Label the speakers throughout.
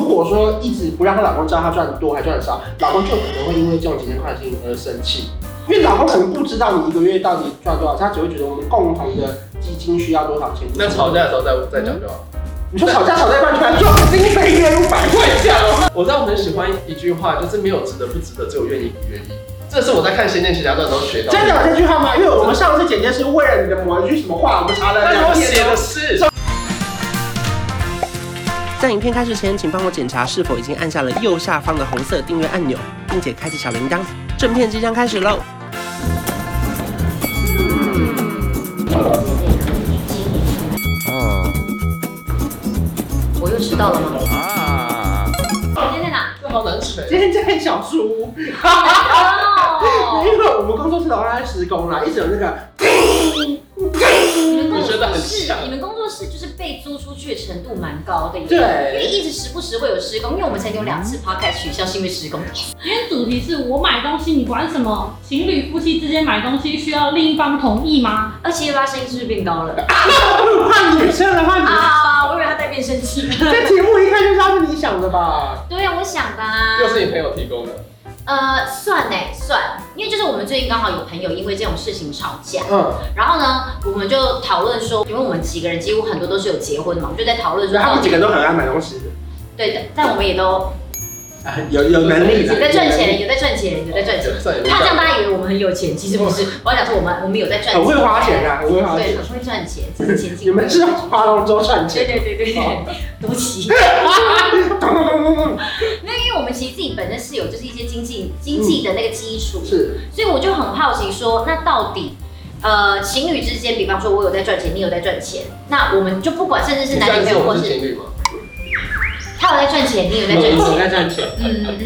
Speaker 1: 果说一直不让她老公知道她赚得多还赚得少，老公就可能会因为这种金钱块的事情而生气，因为老公可能不知道你一个月到底赚多少，他只会觉得我们共同的基金需要多少钱。
Speaker 2: 那吵架的时候再再讲就好了。
Speaker 1: 你说吵架吵在一半，突然 说今天一个人五百
Speaker 2: 会
Speaker 1: 块，啊
Speaker 2: 讲哦。我知道我很喜欢一句话，就是没有值得不值得，只有愿意不愿意。这是我在看《仙剑奇侠传》的时候学到的。
Speaker 1: 真的有这句话吗？因为我们上次简介是为了你的某一句什么话，我们查了
Speaker 2: 但
Speaker 1: 两
Speaker 2: 我
Speaker 1: 天
Speaker 2: 写
Speaker 1: 哦
Speaker 2: 的。是
Speaker 3: 在影片开始前，请帮我检查是否已经按下了右下方的红色订阅按钮，并且开启小铃铛。正片即将开始喽！哦，
Speaker 4: 我又迟到了吗？
Speaker 3: 啊，
Speaker 4: 时间在哪？
Speaker 2: 这好难学。
Speaker 1: 今天在小书屋，
Speaker 4: 哦，
Speaker 1: 因为我们工作室楼上在施工啦，一直有那 个
Speaker 4: 你们工
Speaker 2: 我觉得
Speaker 4: 作
Speaker 2: 很
Speaker 4: 室，
Speaker 2: 像
Speaker 4: 你们工作室就是被租出去的程度蛮高的耶。因为
Speaker 1: 对，
Speaker 4: 一直时不时会有施工，因为我们曾经有两次 podcast 取消是因为施工。
Speaker 5: 今天主题是我买东西，你管什么？情侣夫妻之间买东西需要另一方同意吗？
Speaker 4: 二七八声音是不是变高了？
Speaker 1: 换女生了，换女生。
Speaker 4: 啊，我以为他在变声器。
Speaker 1: 这题目一看就知道是你想的吧？
Speaker 4: 对呀，我想的啊。
Speaker 2: 又是你朋友提供的，
Speaker 4: 呃，算呢，算，因为就是我们最近刚好有朋友因为这种事情吵架，
Speaker 1: 嗯，
Speaker 4: 然后呢，我们就讨论说，因为我们几个人几乎很多都是有结婚的嘛，我们就在讨论说，
Speaker 1: 然后他
Speaker 4: 到
Speaker 1: 们几
Speaker 4: 底
Speaker 1: 个都很爱买东西，
Speaker 4: 对的，但我们也都
Speaker 1: 啊有有能力的，
Speaker 4: 有在赚钱，有在赚钱，有在赚钱。
Speaker 2: 算也没
Speaker 4: 怕这样
Speaker 2: 办法。
Speaker 4: 大家以为我们很有钱，其实不是。我要讲说我们我们有在赚钱，
Speaker 1: 很会花钱啊，很会花
Speaker 4: 对，
Speaker 1: 钱。
Speaker 4: 很会赚钱，只是钱进。
Speaker 1: 你们是花龙舟赚
Speaker 4: 对
Speaker 1: 钱，哦
Speaker 4: 对对对对，对 不起。
Speaker 1: 咚咚咚咚咚，
Speaker 4: 那因为我们其实自己本身是有就是一些经济经济的那个基础，
Speaker 1: 是
Speaker 4: 所以我就很好奇说，那到底呃情侣之间，比方说我有在赚钱，你有在赚钱，那我们就不管，甚至是男女朋友
Speaker 2: 我
Speaker 4: 或
Speaker 2: 们是
Speaker 4: 是
Speaker 2: 情侣吗？
Speaker 4: 他有在赚钱，你有在赚
Speaker 1: 我
Speaker 4: 钱，
Speaker 1: 在赚钱。
Speaker 4: 嗯嗯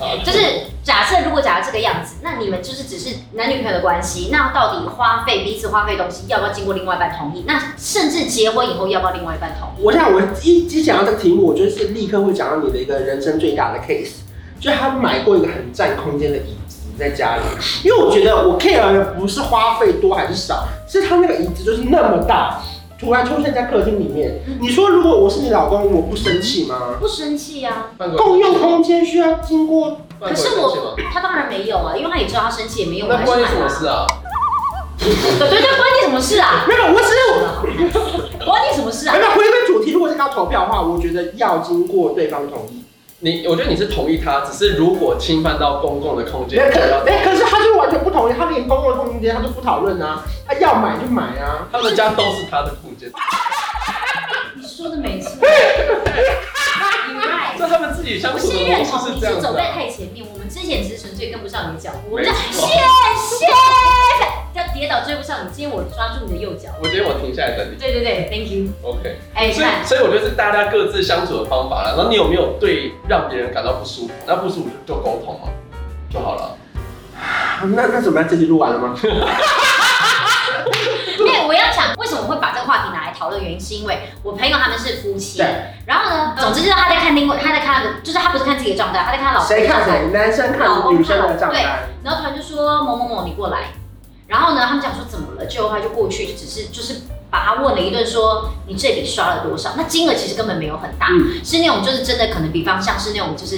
Speaker 4: 嗯。就是假设如果假如这个样子，那你们就是只是男女朋友的关系，那到底花费彼此花费东西要不要经过另外一半同意？那甚至结婚以后要不要另外一半同意？
Speaker 1: 我想我一一讲到这个题目，我就是立刻会讲到你的一个人生最大的 case，就是他买过一个很占空间的椅子在家里，因为我觉得我 care 的不是花费多还是少，是他那个椅子就是那么大，突然出现在客厅里面。
Speaker 4: 嗯
Speaker 1: 你说如果我是你老公，我不生气吗？
Speaker 4: 不生气啊，
Speaker 2: 犯规
Speaker 1: 共用空间需要经过，
Speaker 2: 犯
Speaker 4: 可
Speaker 2: 规
Speaker 4: 是
Speaker 2: 生气吗
Speaker 4: 我他当然没有啊，因为他也知道他生气也没用，我
Speaker 2: 那
Speaker 4: 还
Speaker 2: 关
Speaker 4: 是
Speaker 2: 你
Speaker 4: 买
Speaker 2: 什么
Speaker 4: 了。
Speaker 2: 事啊？
Speaker 4: 对对对，关你什么事啊？
Speaker 1: 没有，我只是
Speaker 4: 关你什么事啊
Speaker 1: 没？哎有回归主题。如果是要投票的话，我觉得要经过对方同意。
Speaker 2: 你我觉得你是同意他，只是如果侵犯到公共的空间，
Speaker 1: 那可
Speaker 2: 要
Speaker 1: 哎，可是他就完全不同意，他连公共的空间他都不讨论啊，他要买就买啊。
Speaker 2: 他们家都是他的空间，
Speaker 4: 你说的 没错。你爱
Speaker 2: 那他们自己相
Speaker 4: 我
Speaker 2: 处
Speaker 4: 是
Speaker 2: 的
Speaker 4: 认
Speaker 2: 模式
Speaker 4: 同
Speaker 2: 是
Speaker 4: 你
Speaker 2: 这样
Speaker 4: 是
Speaker 2: 子
Speaker 4: 走在
Speaker 2: 啊。
Speaker 4: 太前面，我们之前只是纯粹跟不上你脚步，我们
Speaker 2: 没
Speaker 4: 在
Speaker 2: 错
Speaker 4: 谢谢，要跌倒追不上你。今天我抓住你的右脚，
Speaker 2: 我觉得我停下来等你
Speaker 4: 对对对，Thank you。
Speaker 2: ，OK。
Speaker 4: 哎，你
Speaker 2: 所以
Speaker 4: 看，，
Speaker 2: 所以我觉得是大家各自相处的方法啦。然后你有没有对让别人感到不舒服？那不舒服就沟通嘛，就好了。
Speaker 1: 啊那那怎么样？这集录完了吗？
Speaker 4: 对，我要讲为什么我会把这个话题拿来讨论，原因是因为我朋友他们是夫妻，然后呢，总之就是他在看另外，他在看，就是他不是看自己的账单，他在看他老婆
Speaker 1: 谁
Speaker 4: 的
Speaker 1: 看
Speaker 4: 账单。
Speaker 1: 谁？男生看女生的账单，
Speaker 4: 然后突然就说某某某你过来，然后呢，他们讲说怎么了，就他就过去，就只是就是把他问了一顿说，你这笔刷了多少？那金额其实根本没有很大，
Speaker 1: 嗯
Speaker 4: 是那种就是真的可能，比方像是那种就是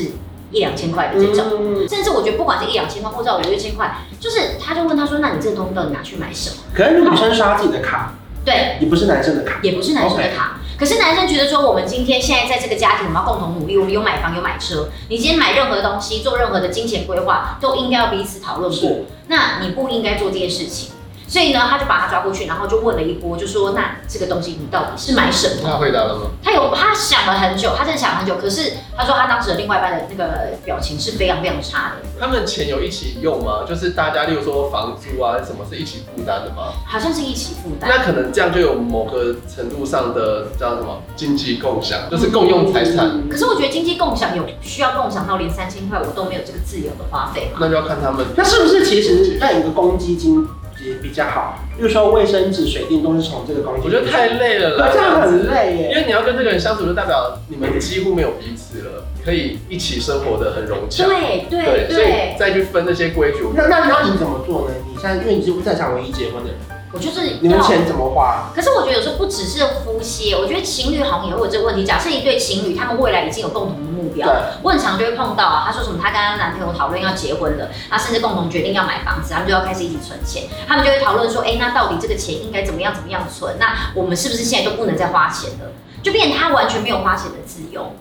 Speaker 4: 一两千块的这种。
Speaker 1: 嗯，
Speaker 4: 甚至我觉得不管是一两千块或者五六千块，就是他就问他说：“那你这个东西到底拿去买什么
Speaker 1: 可能女生刷自己的卡，？”
Speaker 4: 对，
Speaker 1: 也不是男生的卡。
Speaker 4: 也不是男生的卡。可是男生觉得说，我们今天现在在这个家庭，我们要共同努力，我们有买房有买车，你今天买任何东西，做任何的金钱规划，都应该要彼此讨论过。
Speaker 1: 是，
Speaker 4: 那你不应该做这件事情。所以呢，他就把他抓过去，然后就问了一波，就说：“那这个东西你到底是买什么
Speaker 2: 他回答了吗？？”
Speaker 4: 他有他想了很久，他真的想了很久。可是他说他当时的另外一半的那个表情是非常非常差的，
Speaker 2: 他们钱有一起用吗？就是大家，例如说房租啊，什么是一起负担的吗？
Speaker 4: 好像是一起负担。
Speaker 2: 那可能这样就有某个程度上的叫什么经济共享，就是共用财
Speaker 1: 嗯
Speaker 2: 产。
Speaker 4: 可是我觉得经济共享有需要共享到连三千块我都没有这个自由的花费嘛？
Speaker 2: 那就要看他们。
Speaker 1: 那是不是其实要有一个公积金也比较好？比如说卫生纸、水电都是从这个公积金。
Speaker 2: 我觉得太累了啦，
Speaker 1: 对，这样很累
Speaker 2: 因
Speaker 1: 耶。
Speaker 2: 为你要跟这个人相处，就代表你们几乎没有彼此了，可以一起生活的很融洽。
Speaker 4: 对对
Speaker 2: 所以
Speaker 4: 对，
Speaker 2: 再去分那些规矩，我
Speaker 1: 那那那你怎么做呢？你现在因为你是不在场唯一结婚的人，
Speaker 4: 我就是
Speaker 1: 你们
Speaker 4: 要
Speaker 1: 钱怎么花？
Speaker 4: 可是我觉得有时候不只是夫妻，我觉得情侣好像也会有这个问题。假设一对情侣，他们未来已经有共同的目标，
Speaker 1: 对，
Speaker 4: 我很常就会碰到啊，她说什么她跟她男朋友讨论要结婚了，啊，甚至共同决定要买房子，他们就要开始一起存钱，他们就会讨论说，哎、那到底这个钱应该怎么样怎么样存？那我们是不是现在都不能再花钱了？就变成他完全没有花钱的自由。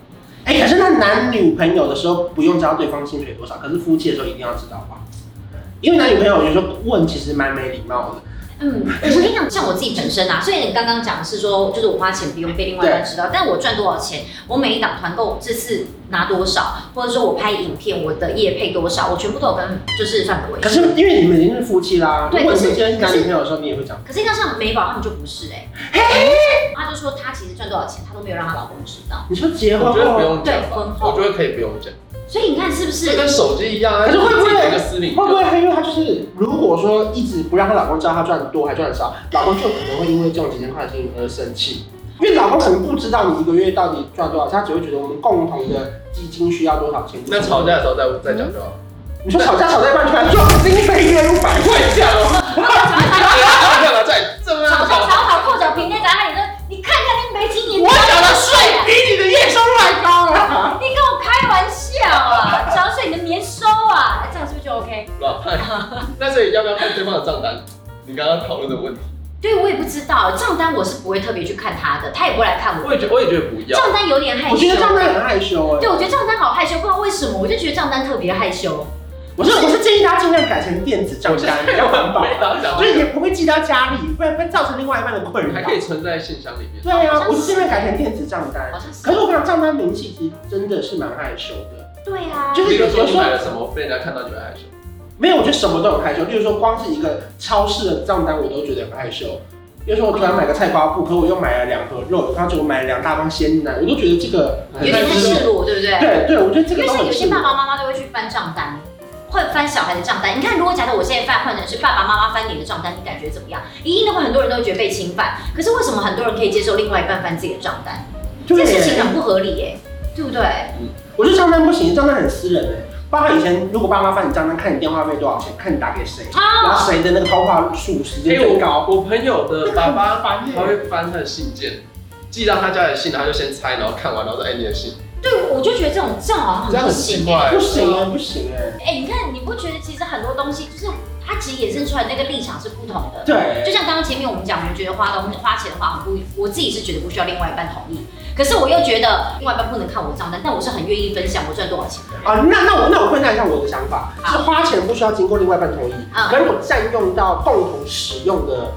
Speaker 1: 哎、可是那男女朋友的时候不用知道对方薪水多少，可是夫妻的时候一定要知道吧？因为男女朋友有时候问其实蛮没礼貌的。
Speaker 4: 嗯，我跟你讲，像我自己本身啊，虽然你刚刚讲的是说，就是我花钱不用被另外一半知道，但我赚多少钱，我每一档团购这次拿多少，或者说我拍影片我的业配多少，我全部都有跟就是范伟。
Speaker 1: 可是因为你们已经是夫妻啦，
Speaker 4: 对
Speaker 1: 如果你
Speaker 4: 可
Speaker 1: 们
Speaker 4: 是
Speaker 1: 今天是男女朋友的时候，你也会讲。
Speaker 4: 可是那像美宝他们就不是哎、他就说他其实赚多少钱，他都没有让她老公知道。
Speaker 1: 你说结婚
Speaker 2: 我觉得
Speaker 1: 后
Speaker 2: 不用讲
Speaker 4: 对婚
Speaker 2: 吧，
Speaker 4: 后
Speaker 2: 我觉得可以不用讲，
Speaker 4: 所以你看是不
Speaker 2: 这跟
Speaker 4: 是？
Speaker 2: 手机一样啊，
Speaker 1: 可是会不会
Speaker 2: 自己有一个私领
Speaker 1: 会不会因为她就是如果说一直不让她老公知道她赚多还赚少，老公就可能会因为这种几千块的事情而生气。因为老公可能不知道你一个月到底赚多少，他只会觉得我们共同的基金需要多少钱。
Speaker 2: 那吵架的时候再再讲就好。
Speaker 1: 你说吵架吵在一半突然说经费月入百
Speaker 2: 会
Speaker 1: 万，
Speaker 2: 这样哦，你干嘛在这么样讲？
Speaker 4: 吵架吵好扣脚平天砸他，你说你看看你没经营，
Speaker 1: 我缴的税比你的月收入还高啊！
Speaker 4: 你跟我开玩笑啊？缴税你的年收啊，这样是不是就 OK？
Speaker 2: 老派，那所以要不要看对方的账单？你刚刚讨论的问题，
Speaker 4: 对，我也不知道账单，我是不会特别去看他的，他也不会来看
Speaker 2: 我
Speaker 4: 我。
Speaker 2: 也觉我也觉得不要。
Speaker 4: 账单有点害羞，
Speaker 1: 我觉得账单很害羞哎、
Speaker 4: 对，我觉得账单好害羞，不知道为什么，我就觉得账单特别害羞。
Speaker 1: 我是我是建议他尽量改成电子账单，比较环保，
Speaker 2: 保
Speaker 1: 就是也不会寄到家里，不然会造成另外一半的困
Speaker 2: 还
Speaker 1: 扰
Speaker 2: 可。以存在信箱里面。
Speaker 1: 对啊，我是尽量改成电子账单。
Speaker 4: 好 像是
Speaker 1: 可。是我跟你讲，账单明细其实真的是蛮害羞的，
Speaker 4: 对啊，
Speaker 1: 就是
Speaker 2: 例
Speaker 1: 有
Speaker 2: 如
Speaker 1: 有
Speaker 2: 说
Speaker 1: 时
Speaker 2: 你
Speaker 1: 候
Speaker 2: 买了什么，被人家看到就会害羞。
Speaker 1: 没有，我觉得什么都很害羞。例如说，光是一个超市的账单，我都觉得很害羞。比如说，我突然买个菜瓜布，可我又买了两盒肉，然后结果买了两大包鲜奶，我都觉得这个
Speaker 4: 有
Speaker 1: 很
Speaker 4: 点
Speaker 1: 害
Speaker 4: 太
Speaker 1: 羞。
Speaker 4: 赤裸，对不对？
Speaker 1: 对对，我觉得这
Speaker 4: 因
Speaker 1: 个
Speaker 4: 为
Speaker 1: 都
Speaker 4: 像有
Speaker 1: 很
Speaker 4: 些
Speaker 1: 赤
Speaker 4: 爸
Speaker 1: 裸。
Speaker 4: 爸妈妈都会去翻账单，会翻小孩的账单。你看，如果假设我现在翻换成是爸爸妈妈翻你的账单，你感觉怎么样？一定都会很多人都会觉得被侵犯。可是为什么很多人可以接受另外一半翻自己的账单？这
Speaker 1: 对
Speaker 4: 件事情很不合理耶、对不对？
Speaker 1: 我觉得账单不行，账单很私人哎、包括以前，如果爸妈翻你账单，看你电话费多少钱，看你打给谁，然后谁的那个通话数时间
Speaker 2: 哎，
Speaker 1: 最
Speaker 2: 我
Speaker 1: 高，
Speaker 2: 我朋友的爸 爸
Speaker 1: 烦
Speaker 2: 他会翻他的信件，寄到他家里的信，他就先拆，然后看完，然后说：“哎，你的信。
Speaker 4: 对，我就觉得这种这样好”
Speaker 2: 这样
Speaker 4: 像很不
Speaker 2: 很奇
Speaker 4: 行
Speaker 2: 怪
Speaker 4: 哎、
Speaker 2: 啊。
Speaker 1: 不行哎、不行哎、
Speaker 4: 哎、你看，你不觉得其实很多东西就是它其实衍生出来那个立场是不同的。
Speaker 1: 对，
Speaker 4: 就像刚刚前面我们讲，我们觉得花东花钱的话很不，我自己是觉得不需要另外一半同意，可是我又觉得另外一半不能看我账单，但我是很愿意分享我赚多少钱的人。
Speaker 1: 啊，那那我那我分享一下我的想法，
Speaker 4: 好
Speaker 1: 是花钱不需要经过另外一半同意，
Speaker 4: 嗯
Speaker 1: 可是我占用到共同使用的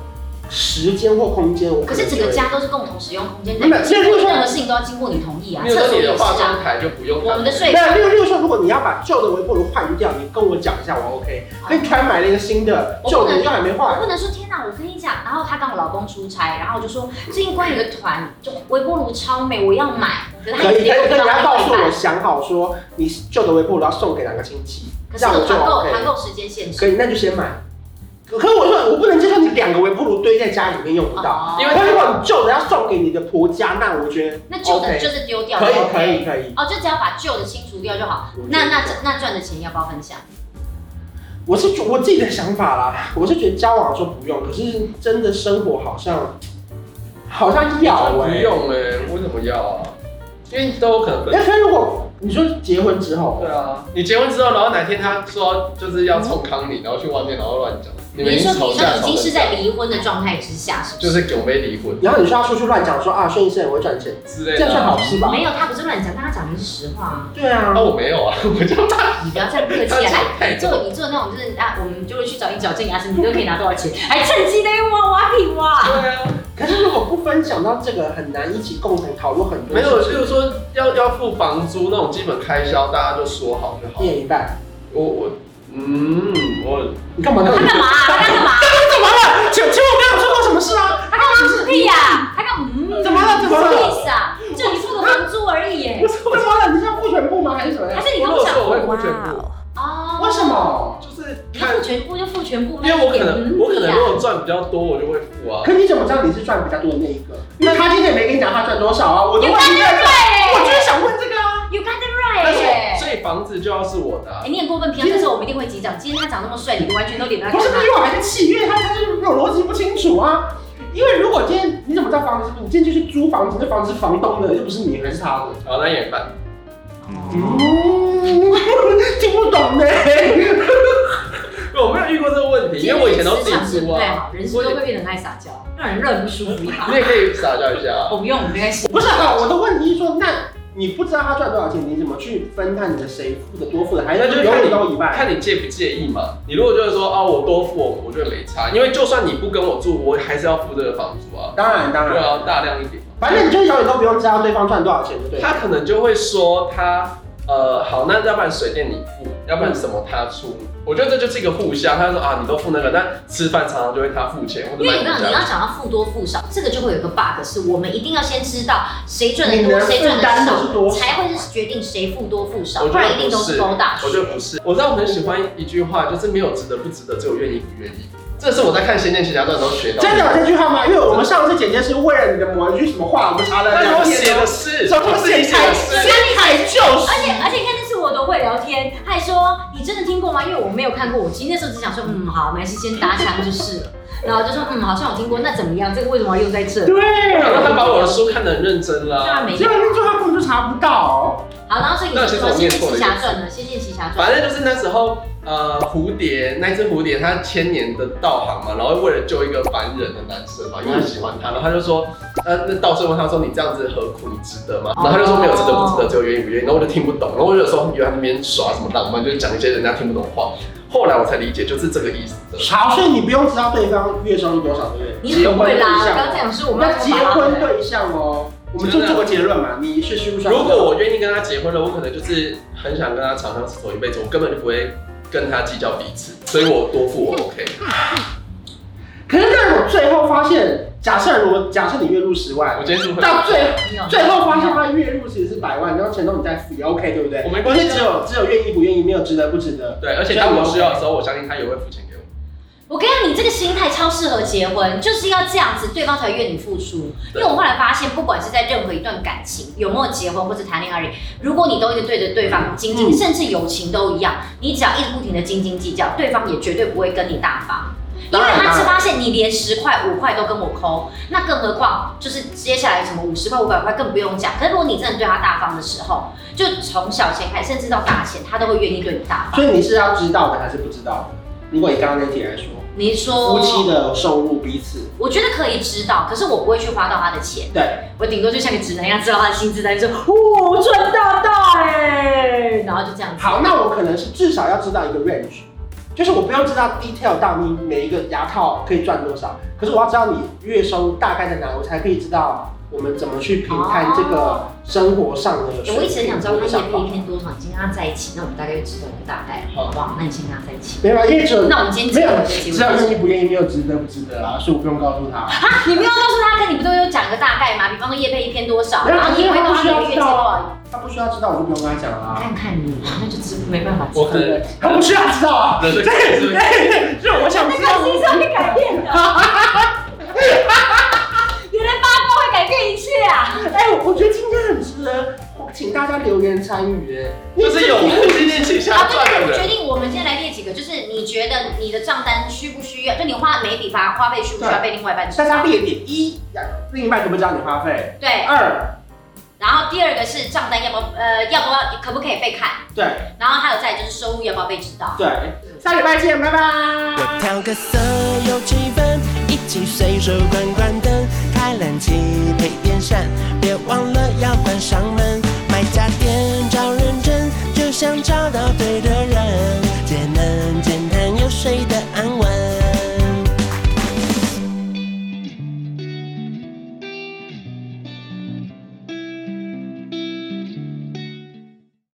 Speaker 1: 时间或空间，我
Speaker 4: 可是整
Speaker 1: 能
Speaker 4: 个
Speaker 1: 就会
Speaker 4: 家都是共同使用空间，
Speaker 1: 没有
Speaker 4: 所以
Speaker 1: 没有
Speaker 4: 任何事情都要经过你同意啊，
Speaker 2: 比如
Speaker 4: 厕
Speaker 2: 说
Speaker 4: 所
Speaker 2: 你
Speaker 4: 也
Speaker 2: 的
Speaker 4: 是
Speaker 2: 化
Speaker 4: 啊，
Speaker 2: 妆台就不用看，
Speaker 4: 我们的睡
Speaker 1: 那六六说，如果你要把旧的微波炉换掉，你跟我讲一下，我 OK。可以突然买了一个新的，
Speaker 4: 我
Speaker 1: 旧
Speaker 4: 不能
Speaker 1: 的又还没
Speaker 4: 我
Speaker 1: 换，
Speaker 4: 不能说天哪，我跟你讲，然后他刚好老公出差，然后我就说最近关于一个团，就微波炉超美，我要买，可是他
Speaker 1: 可
Speaker 4: 直
Speaker 1: 以可
Speaker 4: 接
Speaker 1: 以，可以，
Speaker 4: 跟
Speaker 1: 你要告
Speaker 4: 我
Speaker 1: 诉
Speaker 4: 说
Speaker 1: 我想好说，你旧的微波炉要送给哪个亲戚，
Speaker 4: 可是
Speaker 1: 这样
Speaker 4: 有
Speaker 1: 我就
Speaker 4: 团购
Speaker 1: OK。
Speaker 4: 团购时间限制
Speaker 1: 可以，那就先买。可可我说，我不能接受你两个微波炉堆在家里面用不到。
Speaker 4: 哦
Speaker 2: 因为
Speaker 1: 可是如果你旧的要送给你的婆家，那我觉得
Speaker 4: 那旧的
Speaker 1: OK
Speaker 4: 就是丢掉，
Speaker 1: 可以
Speaker 4: OK
Speaker 1: 可以可以。
Speaker 4: 哦，就只要把旧的清除掉就好。那那那赚的钱要不要分享？
Speaker 1: 我是我自己的想法啦，我是觉得交往说不用，可是真的生活好像好像要
Speaker 4: 欸
Speaker 2: 不
Speaker 1: 哎、
Speaker 2: 用哎，为什么要啊？因为都有可能分
Speaker 1: 那可是如果你说结婚之后，
Speaker 2: 对啊，你结婚之后，然后哪天他说就是要冲康你，然后去外面，然后乱讲，你们已经吵
Speaker 4: 说你
Speaker 2: 架吵
Speaker 4: 说已
Speaker 2: 成
Speaker 4: 经是
Speaker 2: 这样
Speaker 4: 在离婚的状态之下，是不？
Speaker 2: 就是是囧妹离婚
Speaker 1: 然后你说要出去乱讲说啊，孙医生很会赚钱，
Speaker 2: 之类
Speaker 1: 这
Speaker 4: 啊
Speaker 1: 样
Speaker 2: 的，
Speaker 1: 算好事吧？
Speaker 4: 没有，他不是乱讲，但他讲的是实话啊。
Speaker 1: 对啊
Speaker 2: 啊，，我没有啊，我 就
Speaker 4: 你不要这样客气
Speaker 2: 他
Speaker 4: 啊！
Speaker 2: 讲
Speaker 4: 来，
Speaker 2: 太
Speaker 4: 你
Speaker 2: 多，
Speaker 4: 做你做那种就是啊，我们就会去找你矫正牙齿，你都可以拿多少钱，还趁机的挖挖屁挖。
Speaker 2: 对啊，
Speaker 1: 可是如果不分享到这个，很难一起共同讨论很多
Speaker 2: 没有，
Speaker 1: 事
Speaker 2: 例如说要要付房租那种基本开销，大家就说好就
Speaker 1: 情，
Speaker 2: 好
Speaker 1: 一。人一半。
Speaker 2: 我我嗯，我
Speaker 1: 你干嘛干
Speaker 4: 他
Speaker 1: 嘛？
Speaker 4: 干嘛？啊他干嘛？
Speaker 1: 怎么了？请请问我刚刚有做过什么事啊？
Speaker 4: 他干嘛屁呀？他干嘛？嗯
Speaker 1: 怎么了怎么了
Speaker 4: 什么意思啊？就你付个房租而已耶
Speaker 1: 我，怎么了？你是要付全部吗？还是怎么
Speaker 4: 还
Speaker 1: 样？
Speaker 4: 是哎你
Speaker 2: 我
Speaker 4: 跟
Speaker 2: 如
Speaker 4: 我
Speaker 2: 果说我会
Speaker 4: 讲啊
Speaker 2: 付全部，
Speaker 4: 哦？
Speaker 1: 为什？么？
Speaker 2: 就是
Speaker 4: 你
Speaker 2: 看
Speaker 4: 付，全部就付全部，
Speaker 2: 因为我可
Speaker 4: 那一点
Speaker 2: 能
Speaker 4: 嗯
Speaker 2: 我可能如
Speaker 4: 屁呀
Speaker 2: 果赚比较多，我就会付啊。
Speaker 1: 可你怎么知道你是赚比较多的那一个？因为他今天也没跟你讲他赚多少啊。我的
Speaker 4: 有
Speaker 1: 问
Speaker 4: 干
Speaker 1: 题
Speaker 4: 得
Speaker 1: 在这，
Speaker 4: 对，
Speaker 1: 我就是想问这个啊。
Speaker 4: 欸 You got it
Speaker 2: 但
Speaker 4: right
Speaker 2: 是
Speaker 4: 耶。
Speaker 2: 所以房房子就要是我的啊、
Speaker 4: 哎、你很过分，平常的时候我们一定会击掌。今天他长那么帅，你完全都脸不
Speaker 1: 不是
Speaker 4: 他
Speaker 1: 比我还气，因为他他就是有逻辑不清楚啊。因为如果今天你怎么知道房子是不是？你今天就去租房子，这房子是房东的，又不是你还是他的。
Speaker 4: 哎
Speaker 2: 好，那也办。
Speaker 1: 嗯，听不懂呢。
Speaker 2: 我没有遇过这个问题，因为我以前都自
Speaker 4: 职场
Speaker 2: 己
Speaker 4: 是
Speaker 2: 租
Speaker 4: 不太
Speaker 2: 啊。
Speaker 4: 好，人是都会变得很爱撒娇，让人热不舒服一把
Speaker 2: 你。也可以撒娇一下啊。
Speaker 4: 我不用，我们应该是
Speaker 1: 不是啊，我的问题是说，那你不知道他赚多少钱，你怎么去分摊你的谁付的多付的，还是
Speaker 2: 那就
Speaker 1: 由
Speaker 2: 看
Speaker 1: 你
Speaker 2: 你
Speaker 1: 到一半？
Speaker 2: 看你介不介意嘛。你如果就是说啊，我多付，我我觉得没差，因为就算你不跟我住，我还是要付这个房租啊，
Speaker 1: 当然当
Speaker 2: 对
Speaker 1: 然，
Speaker 2: 啊，大量一点嘛。
Speaker 1: 反正你就是永远都不用知道对方赚多少钱，对不对了？
Speaker 2: 他可能就会说他呃好，那要不然水电你付，要不然什么他出。我觉得这就是一个互相，他说啊你都付那个，那吃饭常常就会他付钱或者
Speaker 4: 因为
Speaker 2: 买
Speaker 4: 你刚
Speaker 2: 你
Speaker 4: 你要
Speaker 2: 家。
Speaker 4: 讲到付多付少，这个就会有一个 bug，是我们一定要先知道谁赚
Speaker 1: 你
Speaker 4: 的多，
Speaker 1: 能
Speaker 4: 谁
Speaker 1: 负
Speaker 4: 赚
Speaker 1: 担
Speaker 4: 的
Speaker 1: 的是多
Speaker 4: 少，
Speaker 1: 少？
Speaker 4: 才会是决定谁付多付少，
Speaker 2: 我觉
Speaker 4: 不
Speaker 2: 得
Speaker 4: 然一定都是勾大
Speaker 2: 我觉得不是，我知道我很喜欢一句话，就是没有值得不值得，只有愿意不愿意。这是我在看《仙剑奇侠传》的时候学到的。
Speaker 1: 真的有这句话吗？因为我们上次简介是为了你的某一句什么话，我们查了
Speaker 2: 但是
Speaker 1: 两
Speaker 2: 我
Speaker 1: 天
Speaker 2: 写
Speaker 1: 哦
Speaker 2: 的是，
Speaker 1: 从头
Speaker 2: 我自己
Speaker 1: 写
Speaker 2: 写的
Speaker 1: 开，
Speaker 2: 是。
Speaker 1: 先开就是。
Speaker 4: 而且而且，你看那次我都会聊天，他还说你真的听过吗？因为我没有看过，我其实那时候只想说，嗯，好，没关系，先搭腔就是了。 然后就说，嗯，好像有听过，那怎么样？这个为什么要用在这？
Speaker 1: 对，
Speaker 2: 然后他把我的书看得很认真
Speaker 4: 当然
Speaker 2: 啦。
Speaker 4: 没
Speaker 1: 结
Speaker 4: 有。
Speaker 1: 果那句话根本就查不到。
Speaker 4: 好，然后所以你
Speaker 2: 那
Speaker 4: 就
Speaker 2: 其实
Speaker 4: 说
Speaker 2: 我
Speaker 4: 《
Speaker 2: 念
Speaker 4: 仙
Speaker 2: 错
Speaker 4: 剑
Speaker 2: 了一
Speaker 4: 奇侠
Speaker 2: 次
Speaker 4: 传》呢，《仙剑奇侠传》。
Speaker 2: 反正就是那时候，呃，蝴蝶那只蝴蝶，它千年的道行嘛，然后为了救一个凡人的男生嘛，因为喜欢他，然后他就说，呃，那道士问他说，你这样子何苦，你值得吗？然后他就说没有值得不值得，只有愿意不愿意。然后我就听不懂，然后我有时候原来那边耍什么浪漫，就是讲一些人家听不懂的话。后来我才理解，就是这个意思的。
Speaker 1: 好，所以你不用知道对方月收入多少，对不对？
Speaker 4: 你很会啦，我刚刚
Speaker 1: 哦
Speaker 4: 讲说我们
Speaker 1: 那
Speaker 4: 要
Speaker 1: 结婚对象哦，我们就
Speaker 2: 真的
Speaker 1: 做个结论嘛，你是虚不虚？
Speaker 2: 如果我愿意跟他结婚了，我可能就是很想跟他长相厮守一辈子，我根本就不会跟他计较彼此，所以我多付我 OK。
Speaker 1: 可是那我最后发现，假设如果假设你月入十
Speaker 2: 我
Speaker 1: 万，
Speaker 2: 今天是不是
Speaker 1: 到最
Speaker 4: 你有
Speaker 1: 最后发现他月入其实是百万，然后钱都你在付，也 OK 对不对？
Speaker 2: 我没关系啊
Speaker 1: 因为只有只有愿意不愿意，没有值得不值得。
Speaker 2: 对，而且当我需要的时候，我相信他也会付钱给我。
Speaker 4: 我跟你讲，你这个心态超适合结婚，就是要这样子，对方才会愿你付出。因
Speaker 2: 对
Speaker 4: 为我后来发现，不管是在任何一段感情，有没有结婚或者谈恋爱而已，如果你都一直对着对方斤斤，
Speaker 1: 嗯
Speaker 4: 甚至友情都一样，你只要一直不停的斤斤计较，对方也绝对不会跟你大方。因
Speaker 1: 当
Speaker 4: 为
Speaker 1: 然
Speaker 4: 他
Speaker 1: 当
Speaker 4: 是
Speaker 1: 然
Speaker 4: 发现你连十块五块都跟我抠，那更何况就是接下来什么五十块五百块更不用讲。可是如果你真的对他大方的时候，就从小钱开始，甚至到大钱，他都会愿意对你大方。
Speaker 1: 所以你是要知道的还是不知道的？如果以刚刚那题来说，
Speaker 4: 你说
Speaker 1: 夫妻的收入彼此
Speaker 4: 我觉得可以知道，可是我不会去花到他的钱，
Speaker 1: 对，
Speaker 4: 我顶多就像个直男一样知道他的薪资单，就哦赚大大哎，然后就这样子。
Speaker 1: 好，那我可能是至少要知道一个 range，就是我不用知道 detail 到你每一个牙套可以赚多少，可是我要知道你月收入大概在哪，我才可以知道我们怎么去评判这个生活上的水平。
Speaker 4: 我一直很想知道他
Speaker 1: 多
Speaker 4: 叶
Speaker 1: 少
Speaker 4: 片一天多少，你今天跟他在一起，那我们大概就知道一个大概。好哇，那你先跟他在一起。
Speaker 1: 没有啊，因为只有
Speaker 4: 那我们今
Speaker 1: 没
Speaker 4: 天结
Speaker 1: 有
Speaker 4: 婚就
Speaker 1: 只
Speaker 4: 结
Speaker 1: 要愿
Speaker 4: 婚。
Speaker 1: 意不愿意，没有值得不值得啊，所以我不用告诉他。
Speaker 4: 啊，你没有告诉他，可你不都有讲个大概吗？比方说叶片一天多少，然后你也会告诉他每个月结多少。
Speaker 1: 他不需要知道，我就不用跟他讲了、啊。
Speaker 4: 看看你，那就知没办法知道。
Speaker 2: 我
Speaker 1: 对
Speaker 2: 可
Speaker 1: 不
Speaker 2: 能
Speaker 1: 对？他不需要知道啊。
Speaker 2: 人的
Speaker 1: 对对
Speaker 2: 是
Speaker 1: 对，就是我想
Speaker 4: 那
Speaker 1: 知
Speaker 4: 个
Speaker 1: 道。
Speaker 4: 心是会改变的。原来八卦会改变一切啊！
Speaker 1: 哎，我觉得今天很值得，请大家留言参与。哎，
Speaker 2: 就是有付今天请下
Speaker 4: 好，啊 对
Speaker 2: 赚
Speaker 4: 对，
Speaker 2: 的
Speaker 4: 对决
Speaker 2: 人，
Speaker 4: 定我们现在来列几个，就是你觉得你的账单需不需要？就你花每一笔花花费需不需要被另外一半知
Speaker 1: 大家
Speaker 4: 道？
Speaker 1: 列点一，另一半可不可以知道你花费？
Speaker 4: 对，
Speaker 1: 二，
Speaker 4: 然后第二个是账单要不要呃要不要可不可以被看？
Speaker 1: 对
Speaker 4: 然后还有再就是收入要不要被知道？
Speaker 1: 对，下礼拜见，拜拜。
Speaker 3: 我调个色有气氛，一起随手关关灯，开冷气配电扇，别忘了要关上门。买家电找认真，就像找到对的人。